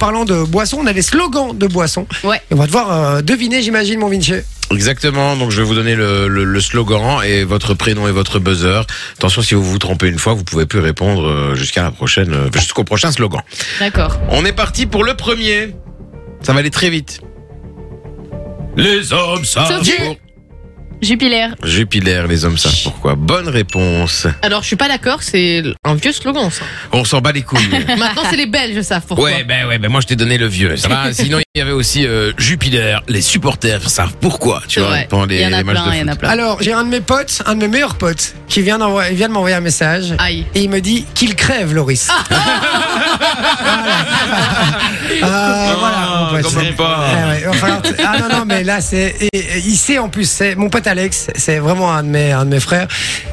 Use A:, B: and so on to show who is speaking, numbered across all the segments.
A: Parlant de boissons, on a les slogans de boissons.
B: Ouais.
A: Et on va devoir euh, deviner, j'imagine, mon Vinci.
C: Exactement, donc je vais vous donner le, le- le slogan et votre prénom et votre buzzer. Attention, si vous vous trompez une fois, vous pouvez plus répondre euh, jusqu'à la prochaine, euh, jusqu'au prochain slogan.
B: D'accord.
C: On est parti pour le premier. Ça va aller très vite. Les hommes savent.
B: Sophie. Jupiler.
C: pour- Jupiler, les hommes savent pourquoi. Bonne réponse.
D: Alors je suis pas d'accord, c'est un vieux slogan ça.
C: On s'en bat les couilles.
D: Maintenant c'est les Belges savent pourquoi.
C: Ouais, ben ouais, ben moi je t'ai donné le vieux. Ça va Sinon il y avait aussi euh, Jupiler, les supporters savent pourquoi. Tu
D: C'est
C: vois,
D: vrai.
C: pendant les,
D: il y en a
C: les matchs
D: plein,
C: de
D: il y en a
C: foot.
D: plein.
A: Alors, j'ai un de mes potes, un de mes meilleurs potes, qui vient, d'envoyer- il vient de m'envoyer un message.
C: Ah.
D: Aïe.
A: Et il me dit qu'il crève, Loris. voilà. Euh, voilà, mon pote.
C: quand même pas.
A: Ah, ouais, il va falloir- ah non, non, mais là, c'est. et- et Il sait en plus, c'est mon pote Alex, c'est vraiment un de mes, un de mes frères.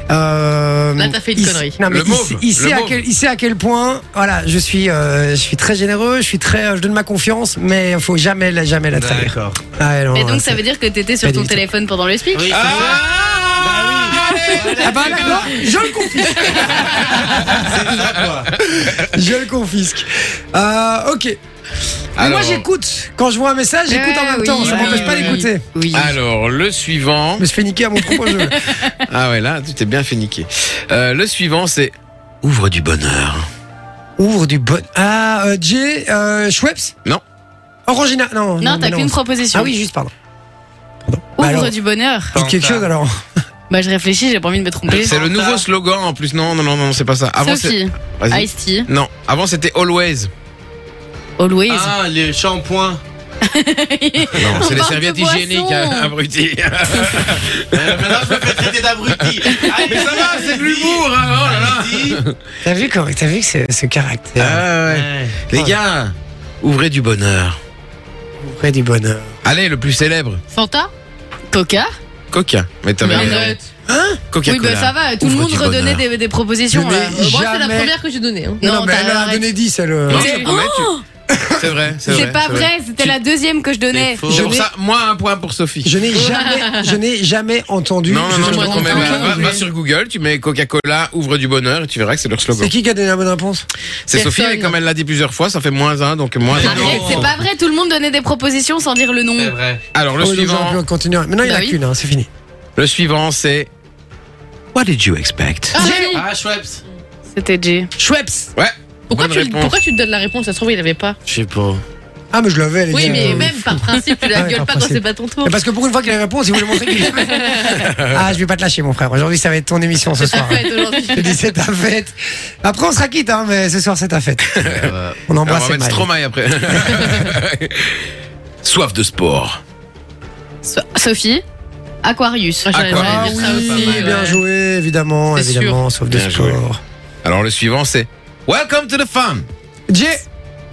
A: Euh,
D: Là, t'as fait une
A: il-
D: connerie.
A: non, mais
C: Le
A: il,
C: mauve,
A: il sait
C: le
A: à
C: mauve.
A: quel, il sait à quel point, voilà, je suis, euh, je suis très généreux, je suis très, euh, je donne ma confiance, mais il faut jamais, la- jamais la trahir.
E: D'accord.
A: Ah, non,
B: Et
A: ouais,
B: donc ça
A: c'est-
B: veut dire que t'étais sur
A: Pas
B: ton
A: du tout.
B: téléphone pendant le speak
E: Oui,
C: Ah,
D: bah
C: allez,
A: Ah bah d'accord, je le confisque.
E: c'est ça, quoi.
A: Je le confisque. Euh, ok. Mais
C: Alors-
A: moi j'écoute. Quand je vois un message, j'écoute
B: Ouais,
A: en même
B: Eh oui,
A: temps. ça
B: oui,
A: m'empêche
B: oui,
A: pas
B: oui.
A: d'écouter.
D: Oui.
C: Alors le suivant.
A: Je me suis fait niquer à mon propre jeu.
C: Ah ouais, là, tu t'es bien fait niquer. Euh, le suivant, c'est Ouvre du bonheur.
A: Ouvre du bon. Ah, euh, Jay, euh, Schweppes
C: Non.
A: Orangina Non.
B: Non, t'as
A: mais
B: qu'une proposition.
A: Ah oui, juste, pardon. Pardon. Bah
B: Ouvre
A: alors,
B: du bonheur.
A: dites quelque chose alors.
B: Bah je réfléchis, j'ai pas envie de me tromper.
C: C'est le nouveau slogan en plus. Non, non, non, non, c'est pas ça. Avant, c'est-
B: Sophie, Ah,
C: Vas-y.
B: Ice Tea,
C: Non, avant c'était Always.
B: Always.
E: Ah, les shampoings.
C: Non, c'est les
B: parle de
C: serviettes
B: boisson.
C: hygiéniques, hein, abruti.
E: Euh, Maintenant je me fais traiter d'abruti. Allez,
C: Mais ça va, c'est de l'humour, hein, oh là là.
A: T'as vu, quand- t'as vu que c'est- ce caractère
C: Ah ouais. Les gars, ouvrez du bonheur.
A: Ouvrez du bonheur.
C: Allez, le plus célèbre,
D: Fanta
B: Coca.
C: Coca. Mais t'as
D: Mais
C: raison.
D: arrête.
C: Coca-Cola.
B: Oui, bah ça va, tout le
C: Ouvre
B: monde
C: du
B: redonnait
C: bonheur.
B: des, des propositions
A: Je
B: là.
A: n'ai-
D: Euh, Moi c'est la
A: Jamais.
D: première que j'ai donnée. hein.
A: Non,
B: Non,
A: mais
B: t'as-
A: elle en a
B: arrête.
A: donné 10, elle. euh,
C: Non,
B: Mais-
C: je te promets, tu- C'est vrai, c'est vrai.
B: C'est pas
C: c'est
B: vrai, c'était la deuxième que je donnais.
E: C'est faux.
C: C'est
A: Je
C: pour
A: n'ai-
C: ça, moi, un point pour Sophie.
A: Je n'ai jamais, je n'ai jamais entendu.
C: Non, non, non, je
A: Justement,
C: te promets. bah,
A: aucun
C: Va, va-
A: jeu.
C: va sur Google, tu mets Coca-Cola, ouvre du bonheur et tu verras que c'est leur slogan.
A: C'est qui qui a donné la bonne réponse
C: C'est Sophie, mais
D: Personne.
C: comme elle l'a dit plusieurs fois, ça fait moins un, donc moins un.
B: Arrête,
E: Non.
B: c'est pas vrai, tout le monde donnait des propositions sans dire le nom.
E: C'est vrai.
C: Alors,
A: Oh,
C: le
A: donc j'aurais pu
C: suivant,
A: en continuer. Maintenant, il n'y en a
B: Bah oui.
A: qu'une, hein, c'est fini.
C: le suivant, c'est. What did you expect?
B: Ah, oui,
E: Ah, Schweppes.
B: C'était J.
A: Schweppes
C: Ouais.
D: Pourquoi
C: Bonne
D: tu,
C: réponse.
D: pourquoi tu te donnes la réponse Ça se trouve, il avait pas.
E: Je sais pas.
A: Ah, mais je l'avais, elle
D: Oui,
A: était,
D: mais
A: euh,
D: même par principe, tu la
A: Ouais,
D: gueules
A: par
D: pas quand
A: principe. Eh
D: c'est pas ton tour.
A: Mais parce que pour une fois qu'il a la réponse, il voulait montrer qu'il l'avait. Ah, je vais pas te lâcher, mon frère. Aujourd'hui, ça va être ton émission ce soir.
D: Ouais, d'aujourd'hui.
A: Je dis, ben, c'est ta fête. Après, on sera quitte, hein, mais ce soir, c'est ta fête. On
C: Alors,
A: embrasse
C: Euh, Ah, on va mettre
A: Emmaël.
C: Stromae après. Soif de sport.
B: So- Sophie, Aquarius.
D: Ah, j'allais
C: Aquarius.
A: Ah
D: dire ça
A: oui,
D: aussi, ouais.
A: bien joué, évidemment,
D: C'est
A: évidemment, sauf de
C: Bien joué.
A: sport.
C: Alors, le suivant, c'est Welcome to the fun.
A: Jay,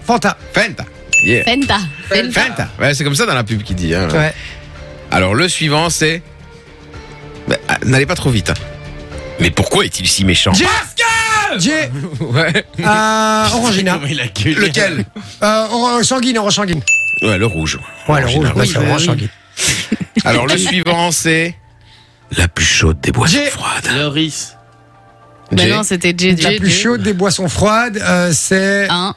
A: Fanta.
C: Fanta. Yeah.
B: Fenta. Fenta.
C: Fanta. Ouais, c'est comme ça dans la pub qui dit. hein.
A: Ouais.
C: Alors, le suivant, c'est. Bah, ah, N'allez pas trop vite. hein. Mais pourquoi est-il si méchant?
A: Jay, Jay,
C: Ouais.
A: euh, Orangina.
E: Comment il a gueulé.
C: Lequel?
A: Euh, or- sanguine, orange sanguine.
C: Ouais, le rouge.
A: Ouais, le
C: Orangina,
A: rouge, ouais, c'est
E: oui,
A: orange
E: oui.
A: sanguine.
C: Alors le suivant c'est la plus chaude des boissons
A: J'ai-
C: froides.
E: Loris.
B: Bah
C: J.
B: non, c'était J.
A: La plus chaude des boissons froides, euh, c'est.
D: Ah.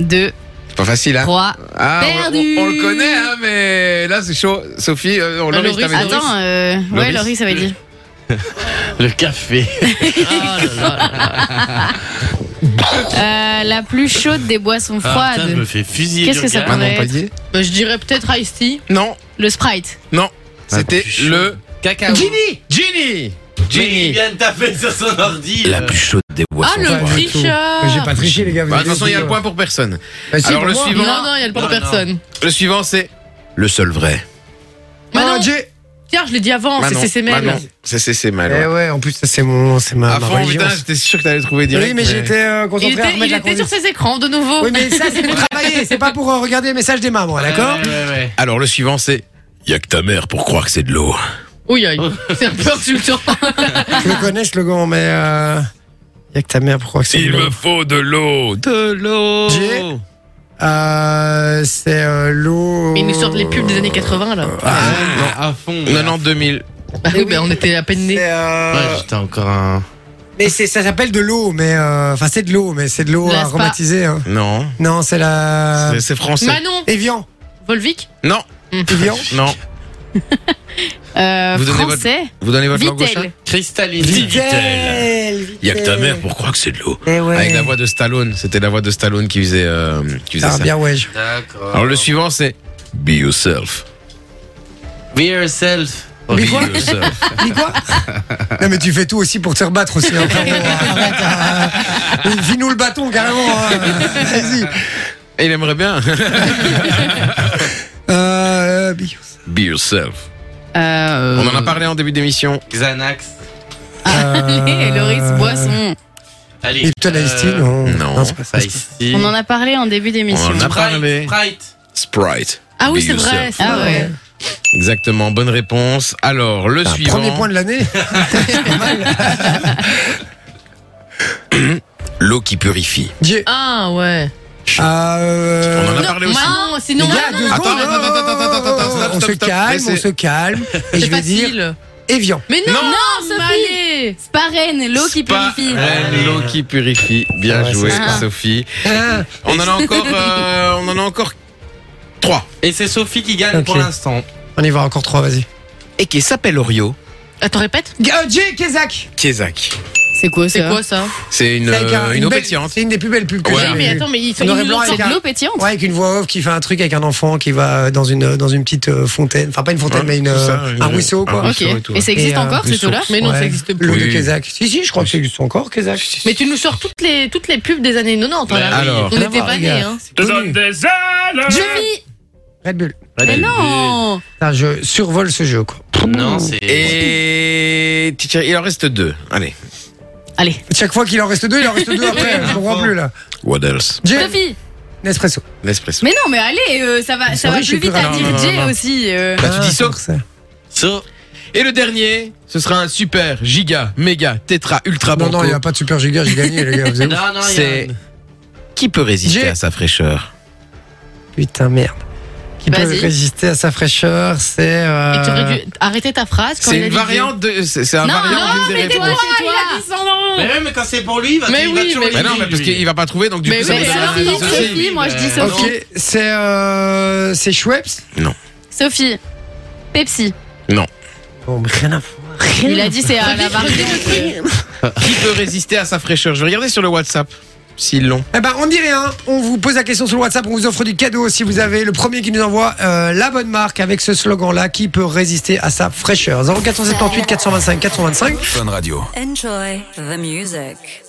B: 1, 2,
C: C'est Pas facile hein.
B: 3.
C: Ah, on-
B: Perdu.
C: On, on le connaît hein, mais là c'est chaud. Sophie, euh, on
D: Ah,
C: l'aurait
D: Loris,
C: t'avais dit.
B: Attends, euh, ouais,
C: Loris.
B: Loris avait dit.
E: Le café. Ah,
B: Euh, la plus chaude des boissons
E: Ah, putain, je me
B: froides.
E: fais fusiller.
B: Qu'est-ce que ça
C: Ah
E: regarde.
B: pourrait
C: non, pas
B: être.
C: dit.
D: Bah, je dirais peut-être Ice Tea.
C: Non,
B: Le Sprite.
C: non. C'était
E: plus chaude.
C: le
E: Cacao.
C: Ginny. Ginny.
E: Mais il vient de taper sur son ordi.
C: La
E: euh.
C: plus chaude des boissons
D: Ah, le
C: froides.
A: du tout. Mais J'ai
D: tricheur
A: pas triché, les gars. vous
C: Bah, de
A: avez
C: toute façon, il y a
A: dit,
C: le point pour personne.
A: Bah, si,
C: Alors,
A: pour
C: le
A: moi.
C: suivant.
D: Non, non, il y a le
E: Non,
D: point
E: non.
D: personne.
C: Le suivant c'est le seul vrai.
D: Bah
A: Ah,
D: non.
A: Jay.
D: Tiens, je l'ai dit avant, c'est
C: Manon,
D: CCML.
C: Manon. C'est c'est c'est mal.
A: Eh
C: ouais.
A: ouais, en plus, ça, c'est mon, c'est ma,
C: À
A: ma
C: fond,
A: religion.
C: putain, j'étais sûr que t'allais trouver direct.
A: Oui, mais j'étais euh, concentré
D: Il
A: à
D: était,
A: remettre
D: il
A: la
D: était sur
A: conduite.
D: ses écrans, de nouveau.
A: Oui, mais ça, c'est pour travailler, c'est pas pour euh, regarder les messages des mamans, d'accord
E: Ouais, ouais, ouais.
C: Alors le suivant c'est y a que ta mère pour croire que c'est de l'eau.
D: Oui, aïe. C'est un peu insultant.
C: Euh,
A: Je le connais, ce slogan, mais. Euh... Y'a que ta mère pour croire que c'est.
C: Il
A: le
C: me
A: nom.
C: faut de l'eau, de Euh, l'eau.
A: J'ai- Euh, c'est euh, l'eau.
D: Mais ils nous sortent les pubs des années 80, là.
C: Ah,
E: non, à fond.
C: non, non, 2000.
D: Bah oui, bah on était à peine nés.
A: C'est, euh,
E: Ouais, j'étais encore un.
A: Mais c'est- ça s'appelle de l'eau, mais euh, enfin c'est de l'eau, mais c'est de l'eau
D: La spa.
A: aromatisée. hein.
C: Non.
A: Non, c'est la
C: C'est- C'est français.
D: Manon
A: Evian.
D: Volvic
C: Non.
A: Evian.
C: Non.
B: Euh,
C: Vous donnez votre-
B: français.
C: Vous donnez votre langue au chat
B: Vitel.
E: Cristalline.
A: Vitel.
C: Il y a que ta mère pour croire que c'est de l'eau.
A: Eh ouais.
C: Avec la voix de Stallone. C'était la voix de Stallone qui faisait, euh, qui faisait
A: Ah,
C: ça.
A: bien ouais.
E: D'accord.
C: Alors le suivant c'est Be Yourself.
E: Be yourself.
C: Be
A: quoi
C: Yourself.
A: Dis quoi Non mais tu fais tout aussi pour te rebattre aussi. hein, frérot. Arrête, hein. Il vit nous le bâton carrément. hein. Vas-y.
C: Et il aimerait bien.
A: Euh, Beyoncé.
C: Be Yourself.
B: Euh,
C: On en a parlé en début d'émission.
E: Xanax.
B: Allez,
C: Euh,
B: Loris
A: Euh,
B: Boisson.
E: Allez.
A: Lipton Ice Tea,
E: euh,
A: non.
C: non,
A: c'est pas ça.
E: pas ici.
B: On en a parlé en début d'émission.
C: On en a parlé.
E: Sprite. Sprite.
C: Sprite.
D: Ah oui,
C: Be
D: c'est vrai.
C: yourself.
D: c'est
B: Ah
D: vrai.
B: ouais.
C: Exactement, bonne réponse. Alors, le
A: Un
C: suivant.
A: Premier point de l'année. Pas mal.
C: L'eau qui purifie.
A: Dieu.
D: Ah ouais.
A: Euh,
C: On en a
D: Non,
C: parlé aussi.
D: Manon, sinon
A: Il y
D: Manon,
A: a deux
C: Attends,
A: secondes.
C: attends, attends, attends, attends, attends,
A: Oh,
C: stop,
A: on
C: stop,
A: se
C: stop.
A: calme,
C: Laissez.
A: on se calme. Et je
D: c'est
A: vais dire
D: facile.
A: Evian.
D: Mais non,
C: Non,
D: non, Euh,
B: Sophie.
D: Malais.
B: Sparen, l'eau qui purifie.
C: Sparen, L'eau qui purifie. Bien
A: Ouais,
C: joué,
B: c'est ça.
C: Sophie.
A: Hein
C: On en a encore. euh, on en a encore trois.
E: Et c'est Sophie qui gagne
A: Ok.
E: pour l'instant.
A: On y va encore trois, vas-y.
C: Et qui s'appelle Orio.
D: Attends, répète.
A: Euh, Jay Kezak.
C: Kezak.
B: C'est quoi
D: C'est
B: ça
D: quoi ça
C: C'est une,
A: C'est avec un-
C: euh, une eau
A: belle-
C: pétillante.
A: C'est une des plus belles pubs que
C: Ah Ouais.
A: j'ai
D: Oui, mais
A: vues.
D: attends, mais ils sont
A: Noir et
D: ils
A: blanc
D: nous
A: avec
B: C'est
A: un-
B: de l'eau pétillante
A: Ouais, avec une voix off qui fait un truc avec un enfant qui va euh, dans une, dans une petite euh, fontaine. Enfin, pas une fontaine,
C: Ouais,
A: mais une,
C: c'est
A: euh,
C: ça, une-
A: un ruisseau, quoi.
C: un
B: Ok.
C: Et tout,
D: Ah,
B: Et ça existe
A: Et, euh,
B: encore,
C: une
B: cette eau-là
C: source.
D: Mais non,
A: Ouais.
D: ça existe plus.
A: L'eau de
C: Oui.
A: Kezak. Si, si, je crois que ça existe encore, Kezak.
D: Mais tu nous sors toutes les, toutes les pubs des années 90. hein, là.
C: Alors.
D: on
A: Rien à
D: n'était
A: voir,
D: pas
A: les
D: nés.
A: gars.
D: Hein.
A: C'est connu.
B: Je vis
A: Red Bull.
B: Mais non
A: Putain, je survole ce jeu, quoi.
E: Non, c'est.
C: Et Teacher, il en reste deux. Allez.
B: Allez,
A: Chaque fois qu'il en reste deux, il en reste deux après. Je comprends plus, là.
C: What else?
A: Jay,
B: Sophie
A: Nespresso.
C: L'espresso.
B: Mais non, mais allez, euh, ça va, ça
A: vrai,
B: va
A: je
B: plus
A: sais
B: vite
A: plus
B: à
A: rien.
C: Non,
B: dire
C: non,
B: Jay
C: non.
B: aussi. euh.
C: Bah, tu dis ça.
A: Ah, ça.
E: So-
C: Et le dernier, ce sera un super giga méga tétra ultra
A: Non,
C: banco.
A: non, il n'y a pas de super giga, j'ai gagné, les gars. vous êtes ouf.
E: Non, non, il y a-
C: C'est- Qui peut résister
A: J'ai-
C: à sa fraîcheur
A: Putain, merde. Qui peut
B: Vas-y.
A: résister à sa fraîcheur, c'est. euh,
D: Et tu aurais dû arrêter ta phrase quand
C: C'est
D: il a
C: une
D: dit
C: variante de. C'est c'est un
B: Non,
C: variant
B: non,
C: d'une des
B: mais tais-toi,
C: réponses.
B: tais-toi.
E: Mais même quand c'est pour lui, il va
D: Mais
E: il va
D: oui,
E: toujours
D: mais-
E: le
C: Mais Bah non,
E: dire,
C: mais parce
E: lui.
C: qu'il va pas trouver, donc du
D: Mais oui,
C: coup, ça
D: mais
C: va
D: alors,
C: faire
D: il
C: un
D: dit
C: associé.
D: Sophie, moi, je dis
E: Ben,
D: Sophie.
A: Ok, c'est. Euh, c'est Schweppes
B: Sophie, Pepsi.
C: Oh,
A: Bon, mais rien à voir.
B: Il a dit c'est à la
D: Sophie,
B: variante.
D: Sophie,
C: Qui peut résister à sa fraîcheur Je vais regarder sur le WhatsApp s'ils l'ont.
A: Eh ben, on dit rien. On vous pose la question sur le WhatsApp. On vous offre du cadeau si vous avez le premier qui nous envoie euh, la bonne marque avec ce slogan-là qui peut résister à sa fraîcheur. 0478 425 425.
F: Enjoy the music.